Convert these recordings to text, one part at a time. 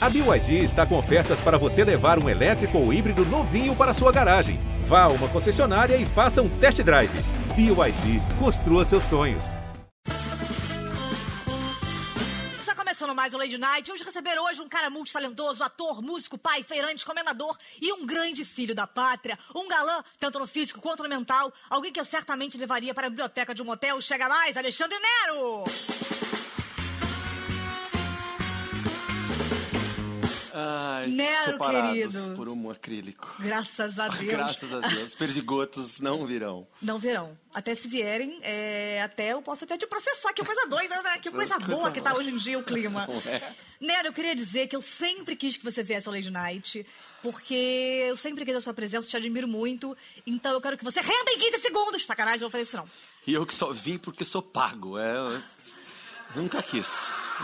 A BYD está com ofertas para você levar um elétrico ou híbrido novinho para sua garagem. Vá a uma concessionária e faça um test drive. BYD, construa seus sonhos. Está Tá começando mais o Lady Night. Vamos receber hoje um cara multitalentoso, ator, músico, pai, feirante, comendador e um grande filho da pátria. Um galã, tanto no físico quanto no mental. Alguém que eu certamente levaria para a biblioteca de um hotel. Chega mais, Alexandre Nero! Ai, Nero, separados Né, querido. por um acrílico. Graças a Deus. Graças a Deus. Perdigotos não virão. Não verão. Até se vierem, é, até eu posso até te processar. Que coisa doida, né? Que coisa Coisa boa que tá boa. hoje em dia o clima. Não é? Nero, eu queria dizer que eu sempre quis que você viesse ao Lady Night, porque eu sempre quis a sua presença, te admiro muito. Então eu quero que você renda em 15 segundos. Sacanagem, não vou fazer isso não. E eu que só vim porque sou pago. É, eu- nunca quis.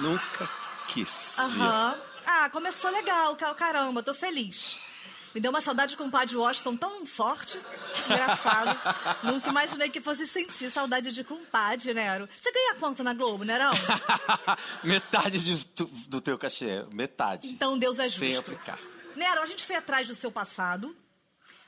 Nunca quis. vir. Aham. Ah, começou legal, ca- caramba, tô feliz. Me deu uma saudade de compadre Washington tão forte, engraçado. Nunca imaginei que fosse sentir saudade de compadre, Nero. Você ganha quanto na Globo, Nerão? metade de tu- do teu cachê. Metade. Então Deus é Sem justo. aplicar. Nero, a gente foi atrás do seu passado.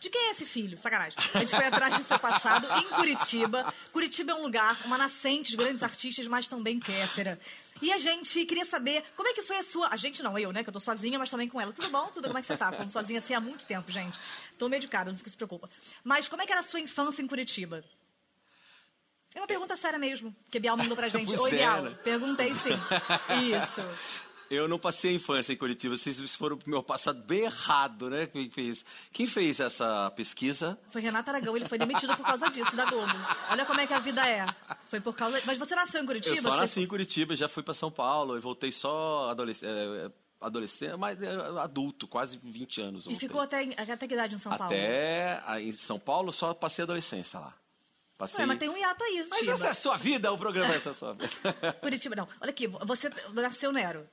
De quem é esse filho? Sacanagem. A gente foi atrás do seu passado em Curitiba. Curitiba é um lugar, uma nascente de grandes artistas, mas também Kéfera. E a gente queria saber como é que foi a sua. A gente não, eu, né? Que eu tô sozinha, mas também com ela. Tudo bom? Tudo como é que você tá? Como sozinha assim há muito tempo, gente. Tô medicada, não fica se preocupa. Mas como é que era a sua infância em Curitiba? É uma pergunta séria mesmo, que a Bial mandou pra gente. Pois Oi, é, Bial. né? Perguntei sim. Isso. Eu não passei a infância em Curitiba. Vocês foram pro meu passado bem errado, né? Quem fez, quem fez essa pesquisa? Foi Renato Aragão, ele foi demitido por causa disso, da Globo. Olha como é que a vida é. Foi por causa. Mas você nasceu em Curitiba? Eu só Você- nasci em Curitiba, já fui pra São Paulo e voltei só adolesc- eh, adolescente, mas eh, adulto, quase 20 anos. E voltei. ficou até, em- até que idade em São Paulo? Até a- em São Paulo só passei a adolescência lá. Passei. Ué, mas tem um hiato aí, Mas Tiba. essa é a sua vida, o programa é essa sua vida. Curitiba, não. Olha aqui, você nasceu Nero.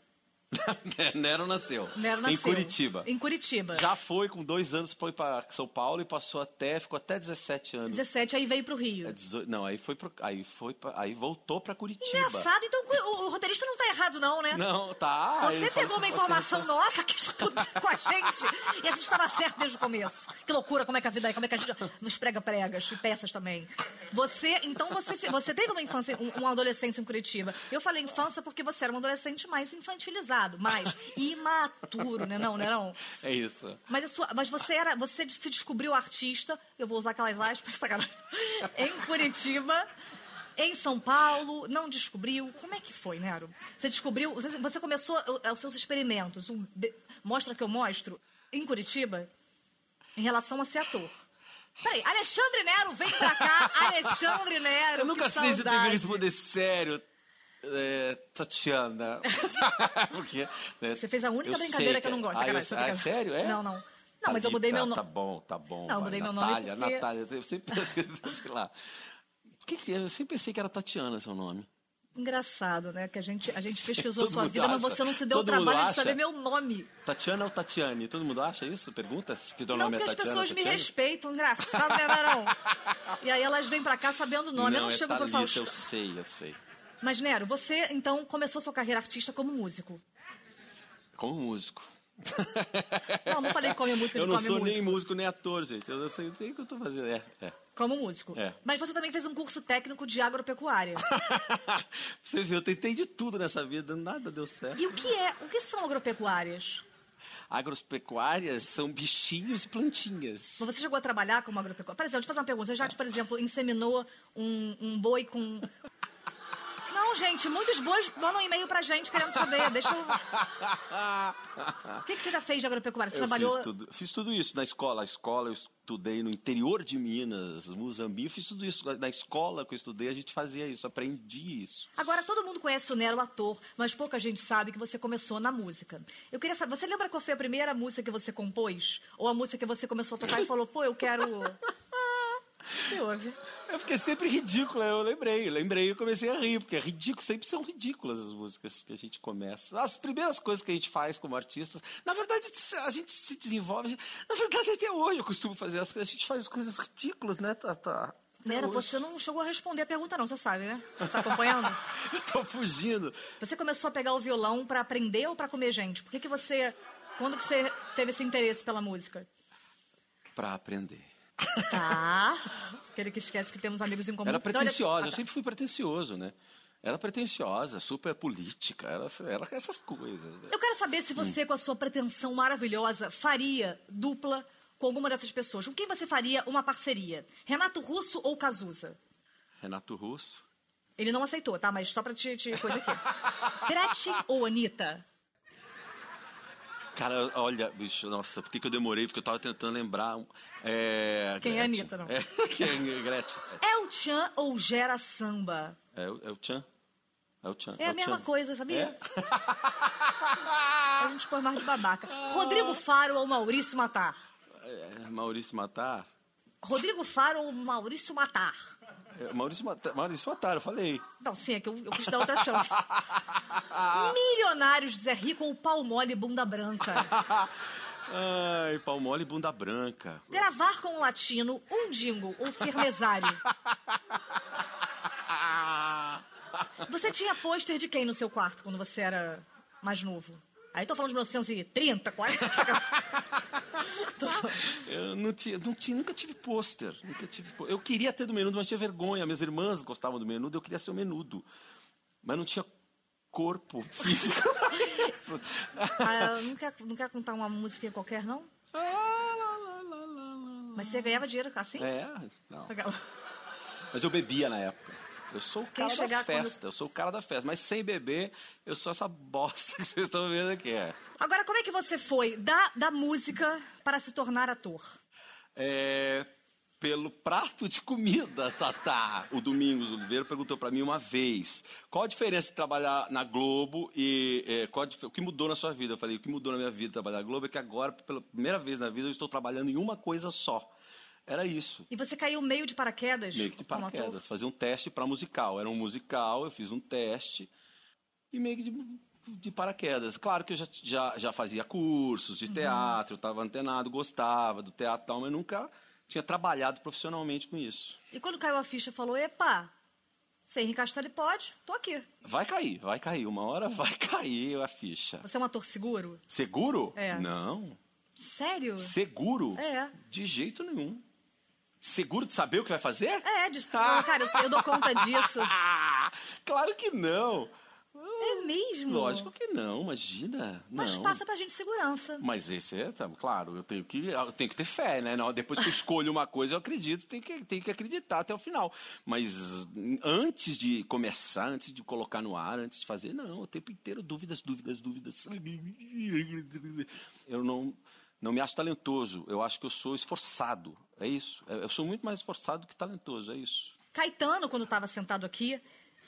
Nero nasceu. Nero nasceu. Em Curitiba. Em Curitiba. Já foi com dois anos, foi pra São Paulo e passou até, ficou até 17 anos. 17, aí veio pro Rio. É, 18 não, aí foi, pro, aí foi, pra- aí voltou pra Curitiba. Engraçado, então o, o roteirista não tá errado, não, né? Não, tá. Você aí pegou falou- uma informação nossa que estudou com a gente e a gente estava certo desde o começo. Que loucura, como é que a vida é, como é que a gente nos prega pregas e peças também. Você, então você, fe- você teve uma infância, um- uma adolescência em Curitiba. Eu falei infância porque você era um adolescente mais infantilizado, mais imaturo, né não, né não? É isso. Mas, a sua- mas você era, você se descobriu artista, eu vou usar aquelas aspas, sacanagem, em Curitiba, em São Paulo, não descobriu. Como é que foi, Nero? Você descobriu, você- você começou o- é, os seus experimentos, o de- mostra que eu mostro, em Curitiba, em relação a ser ator. Peraí, Alexandre Nero, vem pra cá, Alexandre Nero, Eu nunca Ah, que sei se eu tenho que saudade. responder sério. É, Tatiana. Porque, né, Você fez a única eu brincadeira sei que eu não gosto, Ah, sacanagem, eu- tô ah, brincando. sério? É? Não, não. Não, mas eu mudei tá, meu nome. Tá bom, tá bom. Não, eu vai, mudei meu nome Natália, porque- Natália. Eu sempre pensei, sei lá. O que que é? Eu sempre pensei que era Tatiana seu nome. Engraçado, né? Que a gente, a gente pesquisou Todo sua mundo vida, mas acha. você não se deu o Todo mundo trabalho de acha. saber meu nome. Tatiana ou Tatiane? Todo mundo acha isso? Pergunta se que teu Não, nome é porque as Tatiana. pessoas me Tatiane? respeitam, engraçado, né, Verão? E aí elas vêm pra cá sabendo o nome. eu não é chego pro Thalita, Faustão. Eu sei, eu sei. Mas, Nero, você, então, começou sua carreira artista como músico. Como músico. Não, não falei come música de Eu não come sou músico. nem músico nem ator, gente. Eu não sei nem o que eu tô fazendo. É, é. Como músico. É. Mas você também fez um curso técnico de agropecuária. Você viu, eu tentei de tudo nessa vida, nada deu certo. E o que é? O que são agropecuárias? Agropecuárias são bichinhos e plantinhas. Mas Você chegou a trabalhar como agropecuária? Por exemplo, deixa eu fazer uma pergunta. Você já, por exemplo, inseminou um, um boi com. Não, gente, muitos bois mandam um e-mail pra gente querendo saber. Deixa eu. O que, que você já fez de agropecuária? Você Eu trabalhou. fiz, tudo, fiz tudo isso na escola. A escola eu estudei no interior de Minas, Muzambique. Eu fiz tudo isso. Na escola que eu estudei, a gente fazia isso, aprendi isso. Agora, todo mundo conhece o Nero, o ator, mas pouca gente sabe que você começou na música. Eu queria saber, você lembra qual foi a primeira música que você compôs? Ou a música que você começou a tocar e falou, pô, eu quero... O que houve? Eu fiquei sempre ridícula, eu lembrei, lembrei e comecei a rir, porque é ridículo, sempre são ridículas as músicas que a gente começa. As primeiras coisas que a gente faz como artistas, na verdade, a gente se desenvolve. Na verdade, até hoje eu costumo fazer as coisas, a gente faz coisas ridículas, né, Tata? Nera, hoje. você não chegou a responder a pergunta, não, você sabe, né? Você tá acompanhando? Eu tô fugindo. Você começou a pegar o violão pra aprender ou pra comer gente? Por que, que você. Quando que você teve esse interesse pela música? Pra aprender. Tá. Aquele que esquece que temos amigos em comum. Era Então, olha- pretensiosa, Ah, eu tá. sempre fui pretensioso, né? Era pretensiosa, super política, era, era essas coisas. né? Eu quero saber se Hum. você, com a sua pretensão maravilhosa, faria dupla com alguma dessas pessoas. Com quem você faria uma parceria? Renato Russo ou Cazuza? Renato Russo. Ele não aceitou, tá? Mas só pra te, te coisa aqui. Gretchen ou Anitta? Cara, olha, bicho, nossa, por que, que eu demorei? Porque eu tava tentando lembrar. um- É, Quem é a Gretchen. Anitta, não? É, quem é Gretchen? El Chan ou Gera Samba? É, é o- é o Tchan. É o Tchan. É a mesma Tchan. coisa, sabia? A gente põe mais de babaca. Rodrigo Faro ou Maurício Matar? É, Maurício Matar. Rodrigo Faro ou Maurício Matar? É, Maurício Matar, Maurício Matar, eu falei. Não, sim, é que eu, eu quis dar outra chance. Milionários Zé Rico ou pau mole bunda branca? Ai, pau mole e bunda branca. Gravar com um latino, um dingo ou ser mesário? Você tinha pôster de quem no seu quarto quando você era mais novo? Aí tô falando de 1930, 40. Tô falando. Eu não tinha, não tinha, nunca tive pôster. Nunca tive pô- Eu queria ter do menudo, mas tinha vergonha. Minhas irmãs gostavam do menudo, eu queria ser o menudo. Mas não tinha corpo físico. Ah, não, quer, não quer cantar uma música qualquer, não? Ah, lá, lá, lá, lá, lá. Mas você ganhava dinheiro assim? É, não. Aquela- Mas eu bebia na época. Eu sou o Quem cara da chegar quando- festa, eu sou o cara da festa. Mas sem beber, eu sou essa bosta que vocês estão vendo aqui. É. Agora, como é que você foi da, da música para se tornar ator? É, pelo prato de comida, Tatá. O Domingos Oliveira perguntou pra mim uma vez: qual a diferença de trabalhar na Globo e é, qual a dif- o que mudou na sua vida? Eu falei: o que mudou na minha vida de trabalhar na Globo é que agora, pela primeira vez na vida, eu estou trabalhando em uma coisa só. Era isso. E você caiu meio de paraquedas Meio que de como ator? paraquedas. Fazia um teste pra musical. Era um musical, eu fiz um teste e meio que de, de paraquedas. Claro que eu já, já, já fazia cursos Uhum. de teatro, eu estava antenado, gostava do teatro e tal, mas nunca tinha trabalhado profissionalmente com isso. E quando caiu a ficha, falou: epa, se Henrique Castelli pode, tô aqui. Vai cair, vai cair. Uma hora Uhum. vai cair a ficha. Você é um ator seguro? Seguro? É. Não. Sério? Seguro? É. De jeito nenhum. Seguro de saber o que vai fazer? É, de, cara, eu, eu dou conta disso. Ah, claro que não. É mesmo? Lógico que não, imagina. Mas não. passa pra gente segurança. Mas esse é, tá, claro, eu tenho que, eu tenho que ter fé, né? Não, depois que eu escolho uma coisa, eu acredito, tenho que, tenho que acreditar até o final. Mas hum, antes de começar, antes de colocar no ar, antes de fazer, não, o tempo inteiro dúvidas, dúvidas, dúvidas. Eu não, não me acho talentoso, eu acho que eu sou esforçado, é isso. Eu eu sou muito mais esforçado que talentoso, é isso. Caetano, quando tava sentado aqui,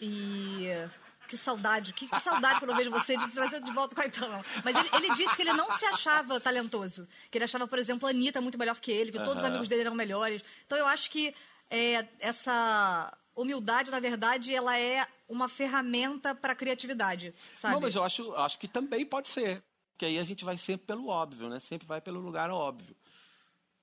e. Que saudade, que, que saudade quando eu vejo você de trazer de volta o Caetano. Mas ele, ele disse que ele não se achava talentoso. Que ele achava, por exemplo, a Anitta muito melhor que ele, que todos os Aham. amigos dele eram melhores. Então eu acho que é, essa humildade, na verdade, ela é uma ferramenta pra criatividade, sabe? Não, mas eu acho, acho que também pode ser. Porque aí a gente vai sempre pelo óbvio, né? Sempre vai pelo lugar óbvio.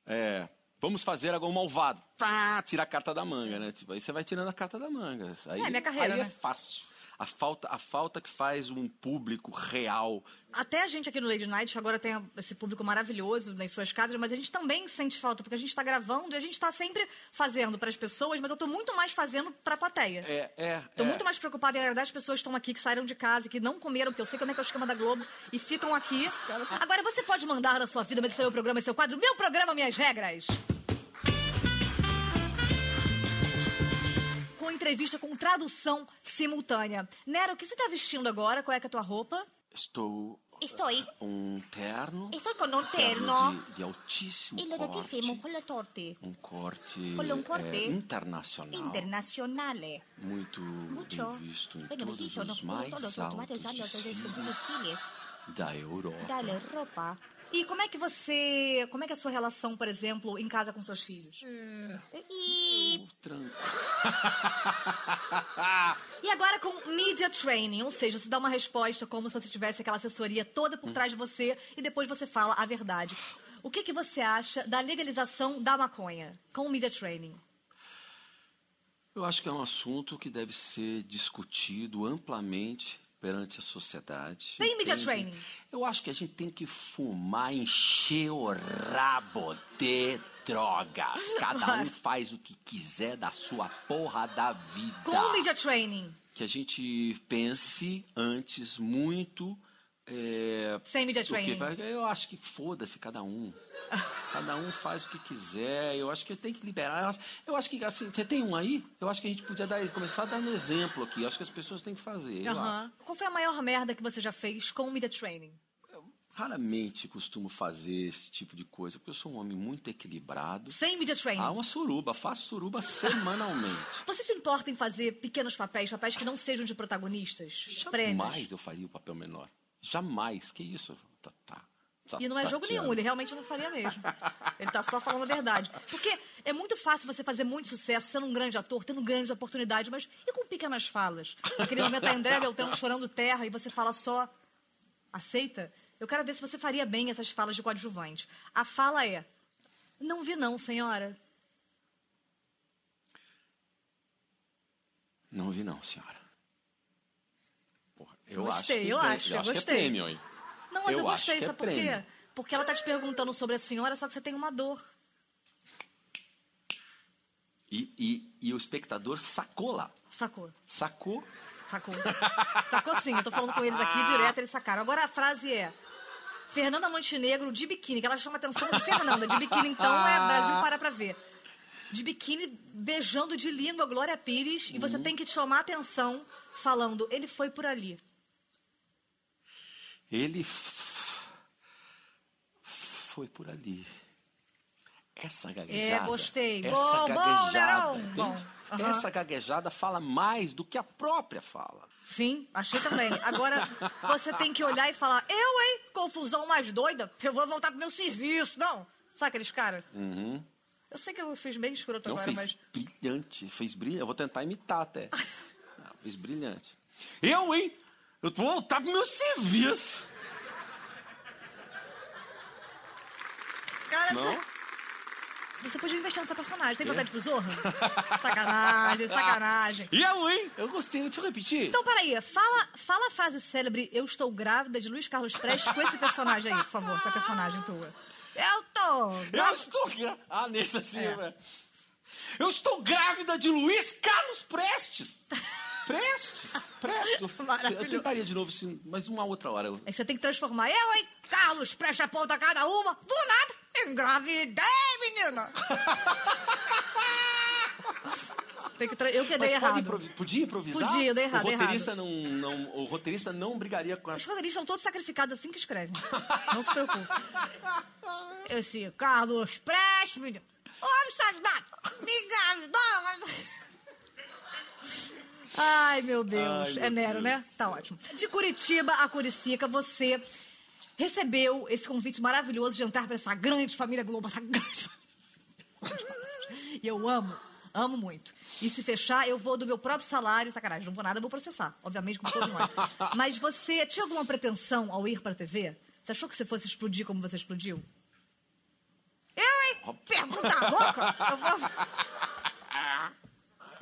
É, vamos fazer agora um malvado. Pá, tira a carta da manga, né? Tipo, aí você vai tirando a carta da manga. Aí, É, minha carreira, aí é né? fácil. A falta, a falta que faz um público real. Até a gente aqui no Lady Night, que agora tem esse público maravilhoso nas suas casas, mas a gente também sente falta, porque a gente está gravando e a gente está sempre fazendo para as pessoas, mas eu tô muito mais fazendo para a plateia. É, é. Tô é. muito mais preocupada em agradar as pessoas que estão aqui, que saíram de casa, que não comeram, porque eu sei como é que é o esquema da Globo, e ficam aqui. Agora você pode mandar da sua vida, mas esse é o meu programa, esse é o quadro. Meu programa, minhas regras. Com entrevista com tradução simultânea. Nero, o que você tá vestindo agora? Qual é, que é a tua roupa? Estou Estou um terno. Estou con um un terno terno de, de altíssimo e lo corte. datissimo con la torte Um corte, Olha, um corte é, internacional. internazionale. Muito Mucho. bem visto em Bene todos visto, no os mais todos los altos tomates altos de sus desfiles desfiles da Europa. dall'Europa. E como é que você. Como é que é a sua relação, por exemplo, em casa com seus filhos? E O tranco. E agora com media training, ou seja, você dá uma resposta como se você tivesse aquela assessoria toda por trás de você e depois você fala a verdade. O que, que você acha da legalização da maconha com o media training? Eu acho que é um assunto que deve ser discutido amplamente perante a sociedade. Tem media entende? training? Eu acho que a gente tem que fumar, encher o rabo de drogas. Cada um faz o que quiser da sua porra da vida. Com media training. Que a gente pense antes muito. É, Sem media do que training. vai- eu acho que foda-se cada um. Cada um faz o que quiser. Eu acho que tem que liberar. Eu acho, eu acho que assim, você tem um aí? Eu acho que a gente podia dar, começar dando exemplo aqui. Eu acho que as pessoas têm que fazer. eu acho. Aham. Qual foi a maior merda que você já fez com media training? Raramente costumo fazer esse tipo de coisa, porque eu sou um homem muito equilibrado. Sem media training. Há uma suruba, faço suruba semanalmente. Você se importa em fazer pequenos papéis, papéis que não sejam de protagonistas? Prêmios. Jamais eu faria o papel menor. Jamais. Que isso? Tá, tá, tá, E não é jogo Tatiana? nenhum, ele realmente não faria mesmo. Ele tá só falando a verdade. Porque é muito fácil você fazer muito sucesso sendo um grande ator, tendo grandes oportunidades, mas e com pequenas falas? Naquele momento a André Beltrão chorando terra e você fala só aceita? Eu quero ver se você faria bem essas falas de coadjuvante. A fala é: Não vi, não, senhora. Não vi não, senhora. Porra, eu Gostei, acho que eu tem- acho, eu gostei. acho que é prêmio, hein? Não, mas eu, Eu acho gostei, que é sabe por quê? prêmio. Porque ela tá te perguntando sobre a senhora, só que você tem uma dor. E, e, e o espectador sacou lá. Sacou? Sacou. Sacou? Sacou sim, eu tô falando com eles aqui direto, eles sacaram. Agora a frase é. Fernanda Montenegro de biquíni, que ela chama a atenção de Fernanda. De biquíni, então, Ah. é Brasil para pra ver. De biquíni, beijando de língua Glória Pires, e Uhum. você tem que chamar a atenção falando, ele foi por ali. Ele f- foi por ali. Essa gaguejada. É, gostei. Essa Bom, bom, gaguejada. Leão, entende? bom. Aham. Essa gaguejada fala mais do que a própria fala. Sim, achei também. Agora, você tem que olhar e falar, eu, hein? Confusão mais doida, eu vou voltar pro meu serviço. Não, sabe aqueles caras? Uhum. Eu sei que eu fiz bem escroto Então agora, fez mas... brilhante, fez brilhante. Eu vou tentar imitar até. Não, fez brilhante. Eu, hein? Eu vou voltar pro meu serviço. Cara, Não? Você podia investir nessa personagem. Tem vontade pro Zorro? sacanagem, sacanagem. Eu, hein? Eu gostei, deixa eu repetir. Então, peraí, fala, fala a frase célebre Eu estou grávida de Luiz Carlos Prestes com esse personagem aí, por favor, essa personagem tua. Eu tô! Eu estou grávida. Ah, nesse assim, É. velho. Eu estou grávida de Luiz Carlos Prestes. Prestes? Prestes. Eu Maravilhoso. tentaria de novo, sim, mas uma outra hora. Eu- Aí você tem É que transformar eu, hein? Carlos Prestes aponta cada uma, do nada, engravidei, menina! tem que tra- eu que dei Mas pode errado. improvi- podia improvisar? Podia, eu dei errado, o dei roteirista não, não, O roteirista não brigaria com a... Os roteiristas são todos sacrificados assim que escrevem. Não se preocupe. Esse Carlos Prestes, menino. Olha essas datas. Me engravidou. Ai, meu Deus. Ai, meu é Nero, Deus. né? Tá ótimo. De Curitiba a Curicica, você recebeu esse convite maravilhoso de jantar pra essa grande família Globo, essa grande família. E eu amo. Amo muito. E se fechar, eu vou do meu próprio salário. Sacanagem, não vou nada, eu vou processar. Obviamente, como todo mundo. Mas você tinha alguma pretensão ao ir pra TV? Você achou que você fosse explodir como você explodiu? Eu, hein? Pergunta louca! Eu vou...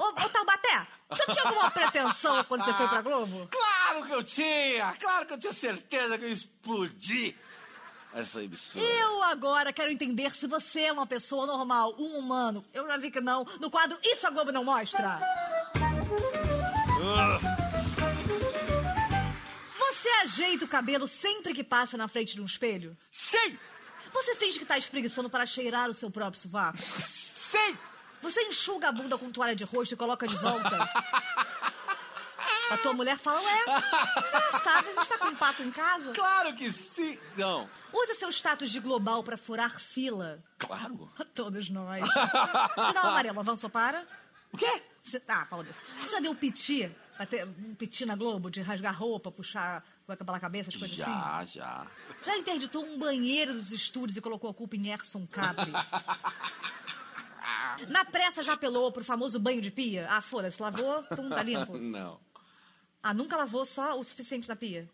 Ô, ô Taubaté, você tinha alguma pretensão quando você foi pra Globo? Claro que eu tinha! Claro que eu tinha certeza que eu explodi essa é emissora. Eu agora quero entender se você é uma pessoa normal, um humano. Eu já vi que não. No quadro Isso a Globo Não Mostra. Você ajeita o cabelo sempre que passa na frente de um espelho? Sim! Você finge que tá espreguiçando para cheirar o seu próprio sovaco? Sim! Você enxuga a bunda com toalha de rosto e coloca de volta? A tua mulher fala, ué, engraçado, a gente tá com um pato em casa? Claro que sim! Não. Usa seu status de global pra furar fila. Claro. Todos nós. Você dá uma amarela, avançou para. O quê? Você... Ah, fala disso. Você já deu piti? Pra ter um piti na Globo, de rasgar roupa, puxar é cueca pela cabeça, as coisas assim? Já, já. Já interditou um banheiro dos estúdios e colocou a culpa em Erson Capri? Na pressa já apelou pro famoso banho de pia? Ah, foda-se, lavou, tum, tá limpo. Não. Ah, nunca lavou só o suficiente na pia?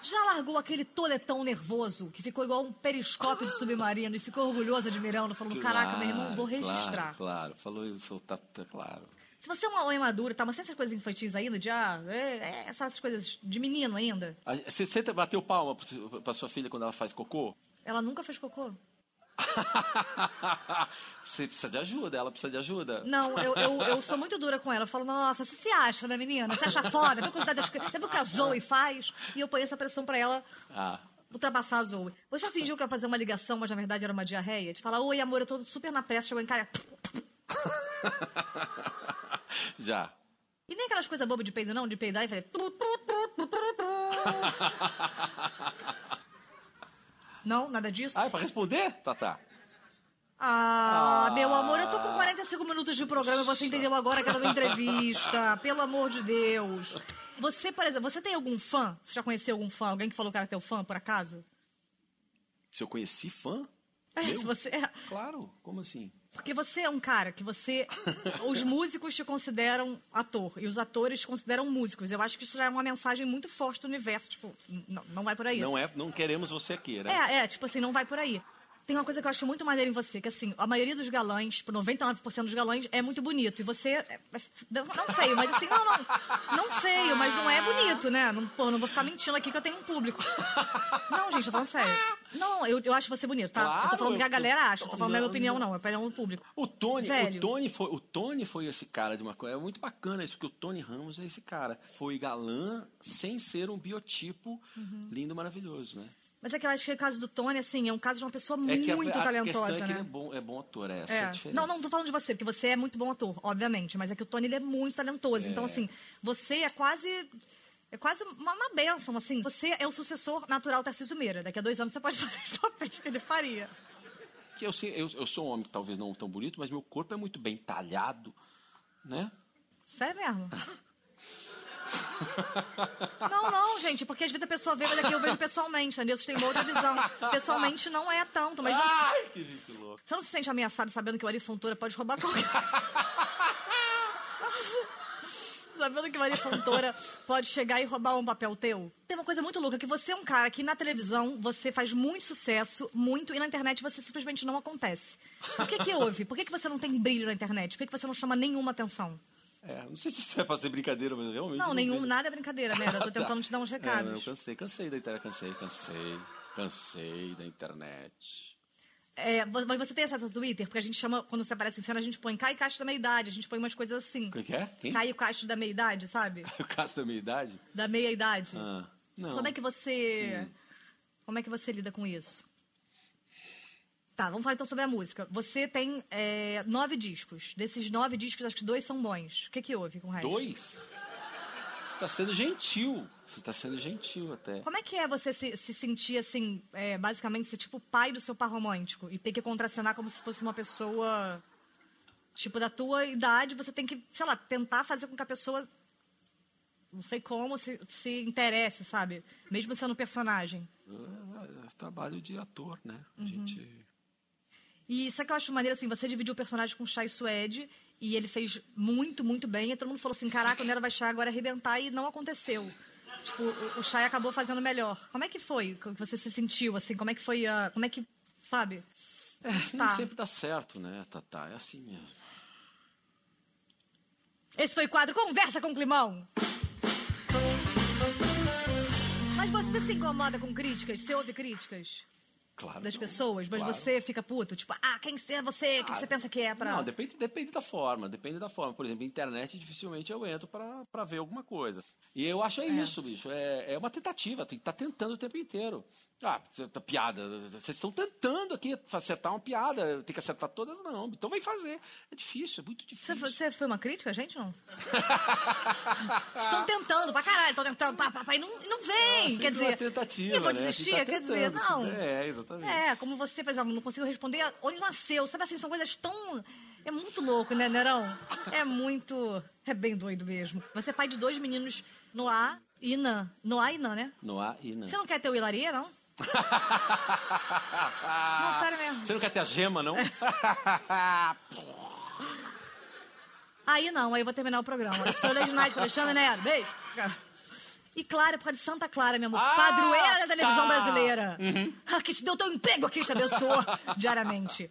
Já largou aquele toletão nervoso que ficou igual um periscópio de submarino e ficou orgulhoso admirando, falando: Caraca, meu irmão, vou Claro, registrar. Claro, falou isso, tá, tá claro. Se você é uma homem madura, tá, mas tem essas coisas infantis ainda, de ah, é, é, sabe, essas coisas de menino ainda. A- Você, você bateu palma pro seu- pra sua filha quando ela faz cocô? Ela nunca fez cocô? você precisa de ajuda, ela precisa de ajuda. Não, eu, eu, eu sou muito dura com ela. Eu falo, nossa, você se acha, né, menina? Você acha foda? Viu quantidade das... cri- Viu que a Zoe faz? E eu ponho essa pressão pra ela Ah, ultrapassar a Zoe. Você já fingiu que ia fazer uma ligação, mas na verdade era uma diarreia? De falar, oi, amor, eu tô super na pressa, chegou em casa... já. E nem aquelas coisas bobas de peido, não, de peidar e fazer... tu, tu, tu, tu, tu, tu. Não, nada disso? Ah, é pra responder? Tá, tá. Ah, meu amor, eu tô com 45 minutos de programa e você entendeu agora que era uma entrevista. Pelo amor de Deus. Você, por exemplo, você tem algum fã? Você já conheceu algum fã? Alguém que falou que era teu fã, por acaso? Se eu conheci fã? É, Eu? se você é. Claro, como assim? Porque você é um cara que você. Os músicos te consideram ator e os atores te consideram músicos. Eu acho que isso já é uma mensagem muito forte do universo. Tipo, n- não, não vai por aí. Não é, não queremos você aqui, né? É, é, tipo assim, não vai por aí. Tem uma coisa que eu acho muito maneira em você, que assim, a maioria dos galãs, tipo, 99% dos galãs, é muito bonito. E você. é- é f- não não feio, mas assim, não, não. Não feio, mas não é bonito, né? Não, pô, não vou ficar mentindo aqui que eu tenho um público. Não, gente, tô falando sério. Não, eu, eu acho você bonito, tá? eu tô Claro, falando o que a eu- galera acha, eu tô falando a minha não, opinião, não, é a opinião do público. O Tony, Velho. o Tony foi, o Tony foi esse cara de uma coisa, é muito bacana isso porque o Tony Ramos é esse cara. Foi galã sem ser um biotipo Uhum. lindo, maravilhoso, né? Mas é que eu acho que o caso do Tony, assim, é um caso de uma pessoa É que a- muito a, talentosa, questão é que né? ele é bom, é bom ator, é essa é a É. diferença. Não, não tô falando de você, porque você é muito bom ator, obviamente, mas é que o Tony ele é muito talentoso. Então, assim, você é quase. É quase uma, uma bênção, assim. Você é o sucessor natural do Tarcísio Meira. Daqui a dois anos você pode fazer os papéis que ele faria. Que eu, sei- eu- eu sou um homem que talvez não tão bonito, mas meu corpo é muito bem talhado, né? Sério mesmo? Não, não, gente, porque às vezes a pessoa vê, mas aqui eu vejo pessoalmente, entendeu? Vocês têm uma outra visão. Pessoalmente não é tanto, mas não, Ai, que gente louca. Você não se sente ameaçado sabendo que o Ari Fontoura pode roubar qualquer. sabendo que o Ari Fontoura pode chegar e roubar um papel teu? Tem uma coisa muito louca, que você é um cara que na televisão você faz muito sucesso, muito, e na internet você simplesmente não acontece. Por que que houve? Por que que você não tem brilho na internet? Por que que você não chama nenhuma atenção? É, não sei se isso é pra ser brincadeira, mas realmente. Não, nenhum, vejo. nada é brincadeira, né? Eu tô Tá. tentando te dar uns É, eu recados. cansei, cansei da internet, cansei, cansei, cansei da internet. É, vo- mas você tem acesso ao Twitter? Porque a gente chama, quando você aparece em cena, a gente põe Caio Castro da meia-idade, a gente põe umas coisas assim. Como é que é? Quem? Caio Castro da meia-idade, sabe? O caso da minha idade? Da meia-idade. Ah, não. Hum. Como é que você. Como é que você lida com isso? Tá, vamos falar então sobre a música. Você tem é, nove discos. Desses nove discos, acho que dois são bons. O que, que houve com o resto? Dois? Você tá sendo gentil. Você tá sendo gentil até. Como é que é você se, se sentir assim, é, basicamente, ser tipo o pai do seu par romântico e ter que contracenar como se fosse uma pessoa. Tipo, da tua idade, você tem que, sei lá, tentar fazer com que a pessoa. Não sei como, se, se interesse, sabe? Mesmo sendo um personagem. Eu, eu Ah, trabalho de ator, né? A Uhum. gente. E sabe o que eu acho maneiro, assim, você dividiu o personagem com o Chai Suede, e ele fez muito, muito bem, e todo mundo falou assim, caraca, o Nero vai Chai agora arrebentar, e não aconteceu. Tipo, o- o Chai acabou fazendo melhor. Como é que foi que você se sentiu, assim? Como é que foi a... Como é que... Sabe? É, Nem Tá. sempre dá certo, né, Tatá? É assim mesmo. Esse foi o quadro Conversa com o Climão! Mas você se incomoda com críticas? Você ouve críticas Claro. das não. pessoas? Mas Claro. você fica puto? Tipo, ah, quem é você? O que você pensa que é pra... Ah, Não, depende, depende da forma, depende da forma. Por exemplo, internet dificilmente eu entro pra, pra ver alguma coisa. E eu acho é isso, bicho. É, é uma tentativa, tem que estar tentando o tempo inteiro. Ah, cê- tá piada. Vocês estão tentando aqui acertar uma piada. Tem que acertar todas, não. Então vem fazer. É difícil, é muito Você, difícil. foi- você foi uma crítica, gente, não? Estão tentando pra caralho, estão tentando, pá, pá, pá, e não, e não vem, Sempre quer dizer... uma tentativa, eu vou né? desistir, Tá quer dizer, tentando, não. isso- É, exatamente. É, como você, por exemplo, não conseguiu responder onde nasceu, sabe assim, são coisas tão... É muito louco, né, Nerão? É muito... É bem doido mesmo. Você é pai de dois meninos, Noah e Inan. Noah e Inan, né? Não há e não. Você não quer ter o Hilaria, não? Não, sério mesmo. Você não quer ter a gema, não? É. Aí não, aí eu vou terminar o programa. Isso foi o Lady Night com Alexandre Nero. Beijo. né? E Clara, por causa de Santa Clara, meu amor. Ah, padroeira da televisão tá. brasileira. Ah, que te deu teu emprego, que te abençoou diariamente.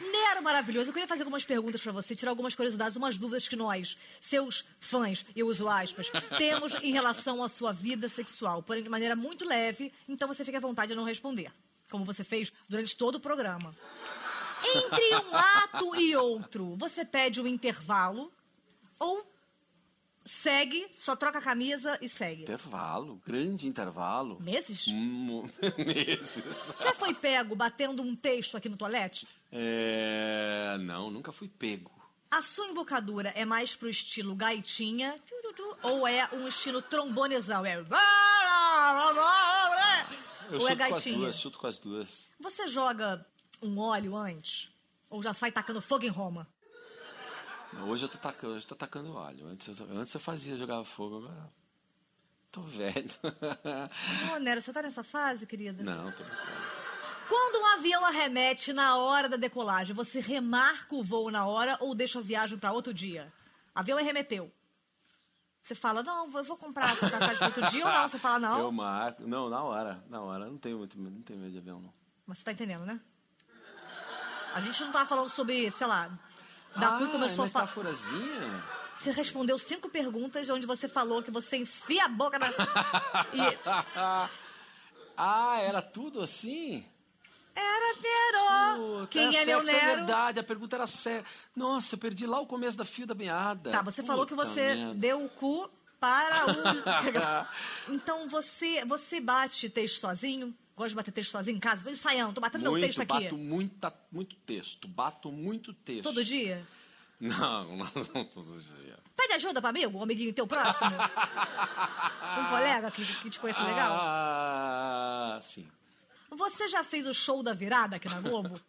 Nero maravilhoso. Eu queria fazer algumas perguntas pra você, tirar algumas curiosidades, umas dúvidas que nós, seus fãs, eu uso aspas, temos em relação à sua vida sexual, porém de maneira muito leve, então você fica à vontade de não responder, como você fez durante todo o programa. Entre um ato e outro, você pede um intervalo ou segue, só troca a camisa e segue? Intervalo, grande intervalo. Meses? Hum, meses. Já foi pego batendo um texto aqui no toalete? É, não, nunca fui pego. A sua embocadura é mais pro estilo gaitinha ou é um estilo trombonezão? É... Eu Ou é chuto com as gaitinha? duas, chuto com as duas. Você joga um óleo antes? Ou já sai tacando fogo em Roma? Não, Hoje eu tô tacando, hoje eu tô tacando óleo. Antes eu, antes eu fazia, jogava fogo, agora tô velho. Ô, Nero, você tá nessa fase, querida? não, tô brincando. Quando um avião arremete na hora da decolagem, você remarca o voo na hora ou deixa a viagem pra outro dia? Avião arremeteu. Você fala, não, eu vou comprar essa passagem pra outro dia ou não? Você fala, não. Eu marco. Não, na hora, na hora. Não tenho muito medo, não tenho medo de avião, não. Mas você tá entendendo, né? A gente não tava falando sobre, sei lá. Da Cui ah, começou a falar. metaforazinha? Você respondeu cinco perguntas onde você falou que você enfia a boca na. e. ah, era tudo assim? Era Nero! Puta, Quem é meu sexo, É Nero? verdade, a pergunta era séria. Nossa, eu perdi lá o começo da fio da meada. Tá, você falou que Puta você merda. deu o cu para o. então você, você bate texto sozinho? Gosta de bater texto sozinho em casa? Tô ensaiando, tô batendo meu muito, texto aqui. bato muita, muito texto, bato muito texto. Todo dia? Não, não, não todo dia. Pede ajuda pra amigo, um amiguinho teu próximo? um colega que, que te conhece legal? Ah, sim. Você já fez o show da virada aqui na Globo?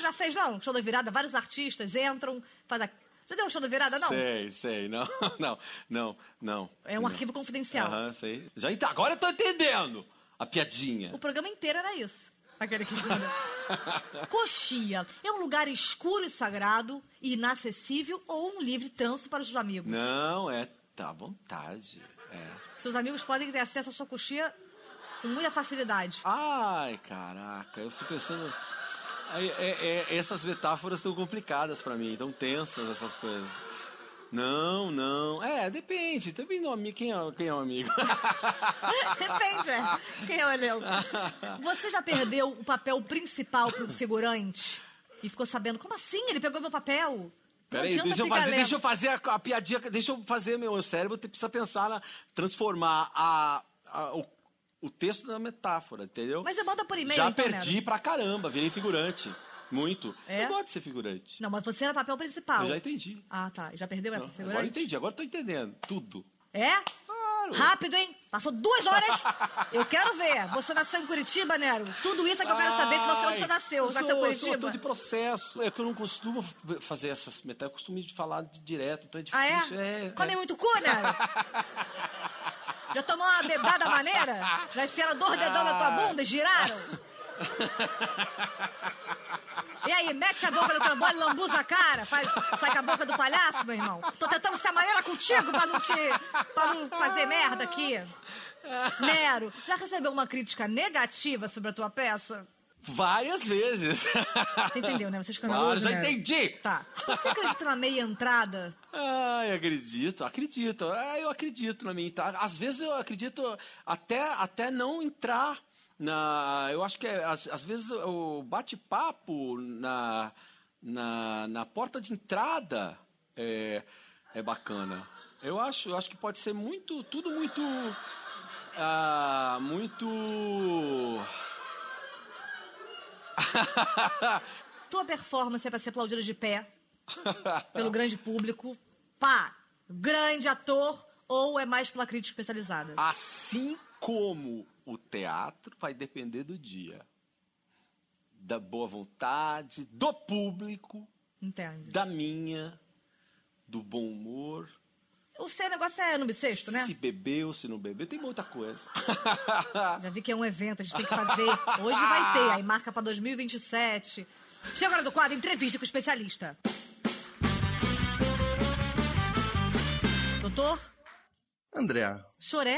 já fez, não? Show da virada, vários artistas entram, faz a... Já deu um show da virada, não? Sei, sei, não, não, não, não. É um não. arquivo confidencial. Aham, sei. Já ent... Agora eu tô entendendo a piadinha. O programa inteiro era isso. Aquele que Coxia é um lugar escuro e sagrado, e inacessível ou um livre trânsito para os amigos. Não, é, tá à vontade. É. Seus amigos podem ter acesso à sua coxia com muita facilidade. Ai, caraca, eu estou pensando... Ai, é- é- essas metáforas estão complicadas pra mim, tão tensas essas coisas. Não, não. É, depende. Também não, ami- quem é, quem é um amigo? Depende, ué. Quem é o Leo? Você já perdeu o papel principal pro figurante? E ficou sabendo, como assim? Ele pegou meu papel? Não Peraí, adianta deixa eu ficar fazer, lendo. deixa eu fazer a, a piadinha, deixa eu fazer meu cérebro te- precisa pensar na transformar a, a- o, o texto na metáfora, entendeu? Mas você manda por e-mail, Já então, perdi Nero. pra caramba, virei figurante, muito. É? Eu gosto de ser figurante. Não, mas você era papel principal. Eu já entendi. Ah, tá. Já perdeu é pro figurante? agora eu entendi, agora eu tô entendendo tudo. É? Claro. Rápido, hein? Passou duas horas. Eu quero ver. Você nasceu em Curitiba, Nero? Tudo isso é que eu quero saber se você onde você Ai, nasceu. eu sou, Nasceu em eu sou Curitiba? ator de processo. É que eu não costumo f- fazer essas metáforas, eu costumo falar de- direto, então é Ah, é? difícil. é, Come é. muito cu, Nero? Já tomou uma dedada maneira? Já enfiaram dois dedão Ah. na tua bunda e giraram? E aí, mete a boca no trabalho, lambuza a cara, faz, sai com a boca do palhaço, meu irmão. Tô tentando ser maneira contigo pra não te. pra não fazer merda aqui. Nero, já recebeu uma crítica negativa sobre a tua peça? Várias vezes. Você entendeu, né? Você é Claro, escandaloso, já Nero. entendi. Tá. Você acredita na meia entrada? Ai, acredito, acredito. Ah, eu acredito na minha entrada. Às vezes eu acredito até, até não entrar na. Eu acho que é, às, às vezes o bate-papo na, na, na porta de entrada é, é bacana. Eu acho, eu acho que pode ser muito. Tudo muito. ah, muito. Tua performance é pra ser aplaudida de pé pelo grande público. Pá! Grande ator ou é mais pela crítica especializada? Assim como o teatro vai depender do dia, da boa vontade, do público, Entende? da minha, do bom humor, O seu negócio é no bissexto, né? se bebeu, se não bebeu, tem muita coisa. Já vi que é um evento, a gente tem que fazer. Hoje vai ter, aí marca pra 2027. Chega a hora do quadro, entrevista com o especialista. Doutor? André. Choré?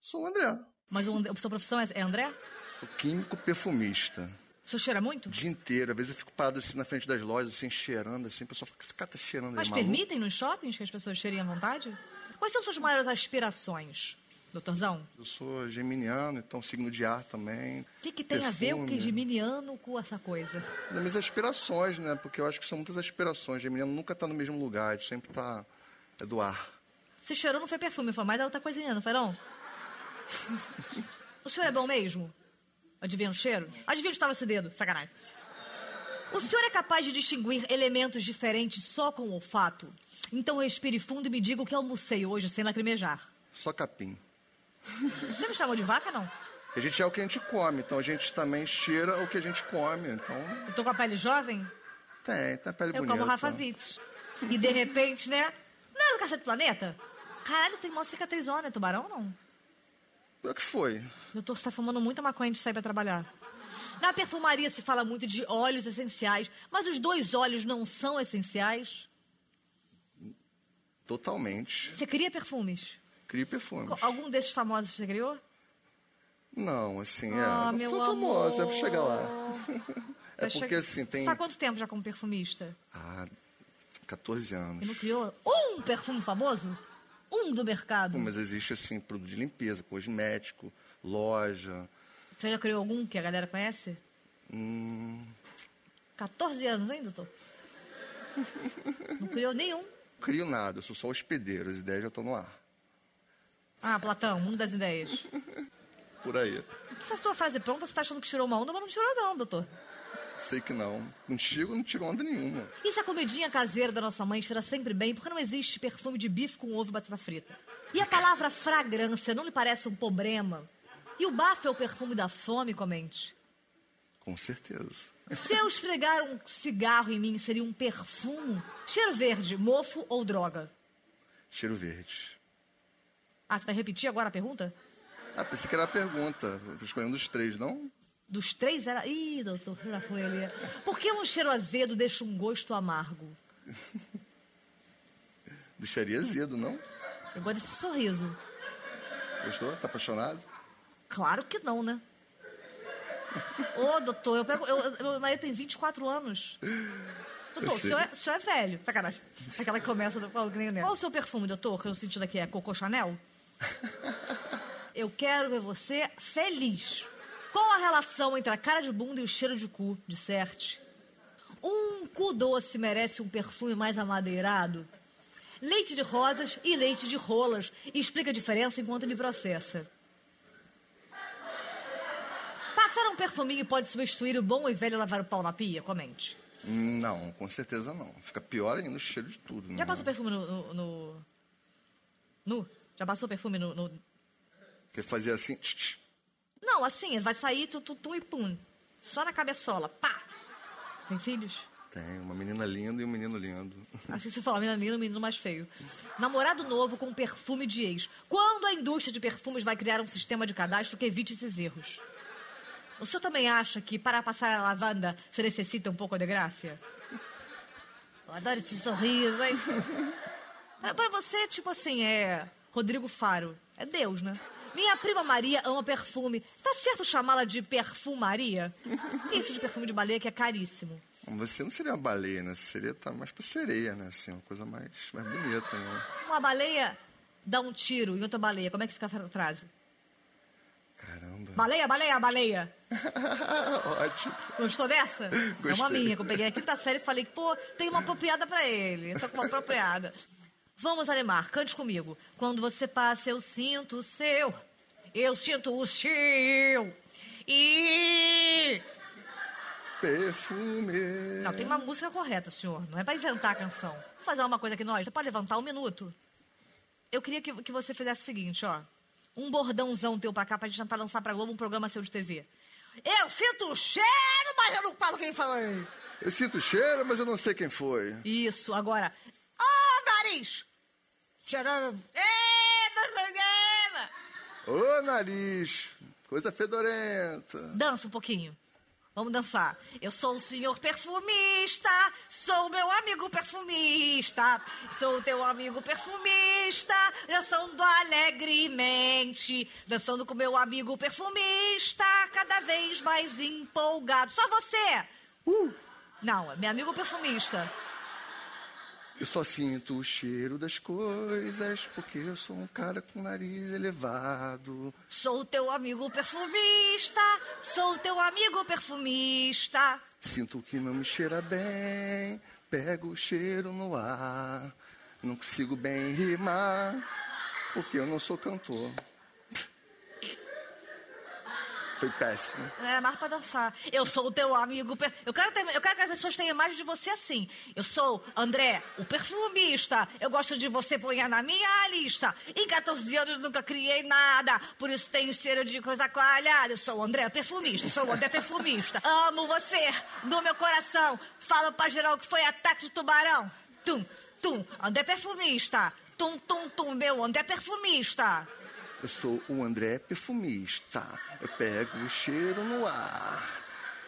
Sou o André. Mas o, And- a sua profissão é é André? Sou químico perfumista. O senhor cheira muito? O dia inteiro. Às vezes eu fico parado assim na frente das lojas, assim, cheirando, assim. O pessoal fica, esse cara tá cheirando Mas aí, maluco. permitem nos shoppings que as pessoas cheirem à vontade? Quais são suas maiores aspirações, doutorzão? Eu sou geminiano, então signo de ar também. O que, que tem a ver o que é geminiano com essa coisa? Das minhas aspirações, né? Porque eu acho que são muitas aspirações. Geminiano nunca tá no mesmo lugar, ele sempre tá... É do ar. Você cheirou, não foi perfume, foi mais outra coisinha, não foi não? o senhor é bom mesmo? Adivinha o cheiro? Adivinha onde estava esse dedo, sacanagem. O senhor é capaz de distinguir elementos diferentes só com o olfato? Então respire fundo e me diga o que almocei hoje sem lacrimejar. Só capim. Você me chamou de vaca, não? A gente é o que a gente come, então a gente também cheira o que a gente come. Então, Eu tô com a pele jovem? tem, tem a pele Eu bonita. como Rafa Witt. E de repente, né? Não era do Cacete Planeta? Caralho, tem mó cicatrizona, é tubarão não? O que foi? Eu tô, você tá fumando muita maconha antes de sair pra trabalhar. Na perfumaria se fala muito de óleos essenciais, mas os dois óleos não são essenciais? Totalmente. Você cria perfumes? Crio perfumes. Co- Algum desses famosos você criou? Não, assim, Ah, é. Não meu sou famosa, amor. vou chegar lá. é Vai porque, chegar- assim, tem. Você tá há quanto tempo já como perfumista? Ah, 14 E não anos. criou um perfume famoso? Um do mercado? Mas existe, assim, produto de limpeza, cosmético, loja. Você já criou algum que a galera conhece? Hum, 14 anos, hein, doutor? Não criou nenhum. crio nada, eu sou só hospedeiro, as ideias já estão no ar. Ah, Platão, mundo das ideias. Por aí. Essa sua frase pronta, você tá achando que tirou uma onda, mas não tirou não, doutor. Sei que não. Contigo não tiro onda nenhuma. E se a comidinha caseira da nossa mãe estará sempre bem, porque não existe perfume de bife com ovo e batata frita? E a palavra fragrância não lhe parece um problema? E o bafo é o perfume da fome, comente. Com certeza. Se eu esfregar um cigarro em mim, seria um perfume? Cheiro verde, mofo ou droga? Cheiro verde. Ah, você vai repetir agora a pergunta? Ah, pensei que era a pergunta. Escolhendo os três, não? Dos três era. Ih, doutor, já foi ali. Por que um cheiro azedo deixa um gosto amargo? Deixaria azedo, não? Eu gosto desse sorriso. Gostou? Tá apaixonado? Claro que não, né? Ô, doutor, eu pego. Eu, eu- meu marido tem 24 anos. Doutor, Eu o sei. senhor, é, o senhor é velho. Sacanagem. Aquela que começa do Paulo que nem o Neto. Qual o seu perfume, doutor? Que eu senti daqui é Coco Chanel? Eu quero ver você feliz. Qual a relação entre a cara de bunda e o cheiro de cu, de certe? Um cu doce merece um perfume mais amadeirado? Leite de rosas e leite de rolas. E explica a diferença enquanto me processa. Passar um perfuminho pode substituir o bom e velho lavar o pau na pia? Comente. Não, com certeza não. Fica pior ainda o cheiro de tudo. né? Já passou perfume no. no, no- Nu? Já passou perfume no. no- Porque fazia assim. tch, tch. Não, assim, vai sair tu, tu, tu e pum. Só na cabeçola. Pá! Tem filhos? Tem uma menina linda e um menino lindo. Acho que você fala menina, menino, menino mais feio. Namorado novo com perfume de ex. Quando a indústria de perfumes vai criar um sistema de cadastro que evite esses erros? O senhor também acha que para passar a lavanda se necessita um pouco de graça? Eu adoro esse sorriso, hein? Pra, pra você, tipo assim, é. Rodrigo Faro. É Deus, né? Minha prima Maria ama perfume. Tá certo chamá-la de perfumaria? Isso de perfume de baleia que é caríssimo. Você não seria uma baleia, né? Você seria tá, mais pra sereia, né? Assim, uma coisa mais, mais bonita, né? Uma baleia dá um tiro em outra baleia. Como é que fica essa frase? Caramba. Baleia, baleia, baleia. Ótimo. Gostou dessa? É uma Gostei. minha que eu peguei na quinta série e falei que, pô, tem uma apropriada pra ele. Eu tô com uma apropriada. Vamos, Alemar, cante comigo. Quando você passa, eu sinto o seu. Eu sinto o seu. E... Perfume. Não, tem uma música correta, senhor. Não é pra inventar a canção. Vou fazer uma coisa aqui nós. Você pode levantar um minuto? Eu queria que, que você fizesse o seguinte, ó. Um bordãozão teu pra cá pra gente tentar lançar pra Globo um programa seu de TV. Eu sinto o cheiro, mas eu não falo quem falei. Eu sinto o cheiro, mas eu não sei quem foi. Isso, agora. Ô, nariz! Cheirando. Eita, programa! Ô, nariz. Coisa fedorenta. Dança um pouquinho. Vamos dançar. Eu sou o senhor perfumista, sou o meu amigo perfumista, sou o teu amigo perfumista, dançando alegremente, dançando com meu amigo perfumista, cada vez mais empolgado. Só você! Não, é meu amigo perfumista. Eu só sinto o cheiro das coisas porque eu sou um cara com nariz elevado. Sou o teu amigo perfumista, sou o teu amigo perfumista. Sinto que não me cheira bem, pego o cheiro no ar. Não consigo bem rimar porque eu não sou cantor. Foi péssimo. É, mais pra dançar. Eu sou o teu amigo. per- Eu quero, ter- eu quero que as pessoas tenham imagem de você assim. Eu sou André, o perfumista. Eu gosto de você ponha na minha lista. Em 14 anos nunca criei nada, por isso tenho cheiro de coisa coalhada. Eu sou o André perfumista, sou o André perfumista. Amo você, do meu coração. Fala pra geral que foi ataque de tubarão. Tum, tum, André perfumista. Tum, tum, tum, meu André perfumista. Eu sou o André perfumista. Eu pego o cheiro no ar.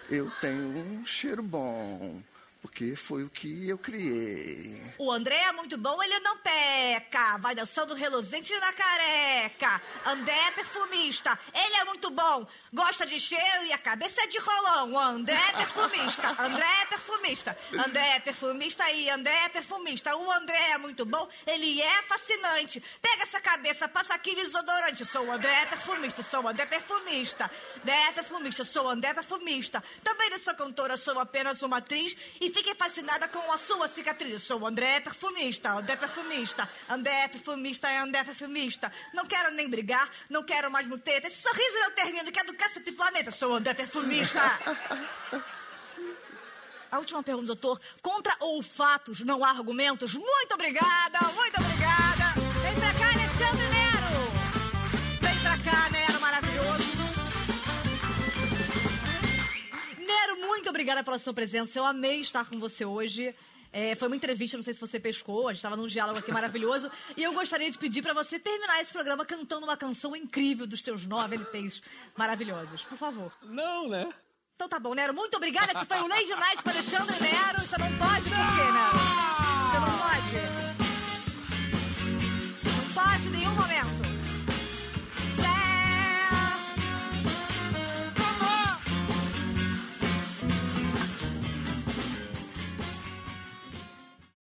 Eu tenho um cheiro bom, porque foi o que eu criei. O André é muito bom, ele não peca. Vai dançando reluzente na careca. André é perfumista, ele é muito bom. Gosta de cheiro e a cabeça é de rolão. André é perfumista, André é perfumista. André é perfumista e André é perfumista. O André é muito bom, ele é fascinante. Pega essa cabeça, passa aqui desodorante. Sou o André é perfumista, sou o André perfumista. André perfumista, sou o André perfumista. Também não sou cantora, sou apenas uma atriz e fiquei fascinada com a sua cicatriz. Sou o André perfumista, André perfumista, André perfumista é André perfumista. Não quero nem brigar, não quero mais muteta. Esse sorriso não termina, que é do cacete planeta. Sou o André perfumista. A última pergunta, doutor. Contra ou fatos, não há argumentos. Muito obrigada, muito obrigada. Vem pra cá, Alexandre Nero. Vem pra cá, Nero maravilhoso. Nero, muito obrigada pela sua presença. Eu amei estar com você hoje. É, foi uma entrevista, não sei se você pescou, a gente estava num diálogo aqui maravilhoso. E eu gostaria de pedir pra você terminar esse programa cantando uma canção incrível dos seus nove LPs maravilhosos. Por favor. Não, né? Então tá bom, Nero. Muito obrigada. Esse foi o Lady Night com Alexandre Nero. Você não pode perder, Nero. Você não pode.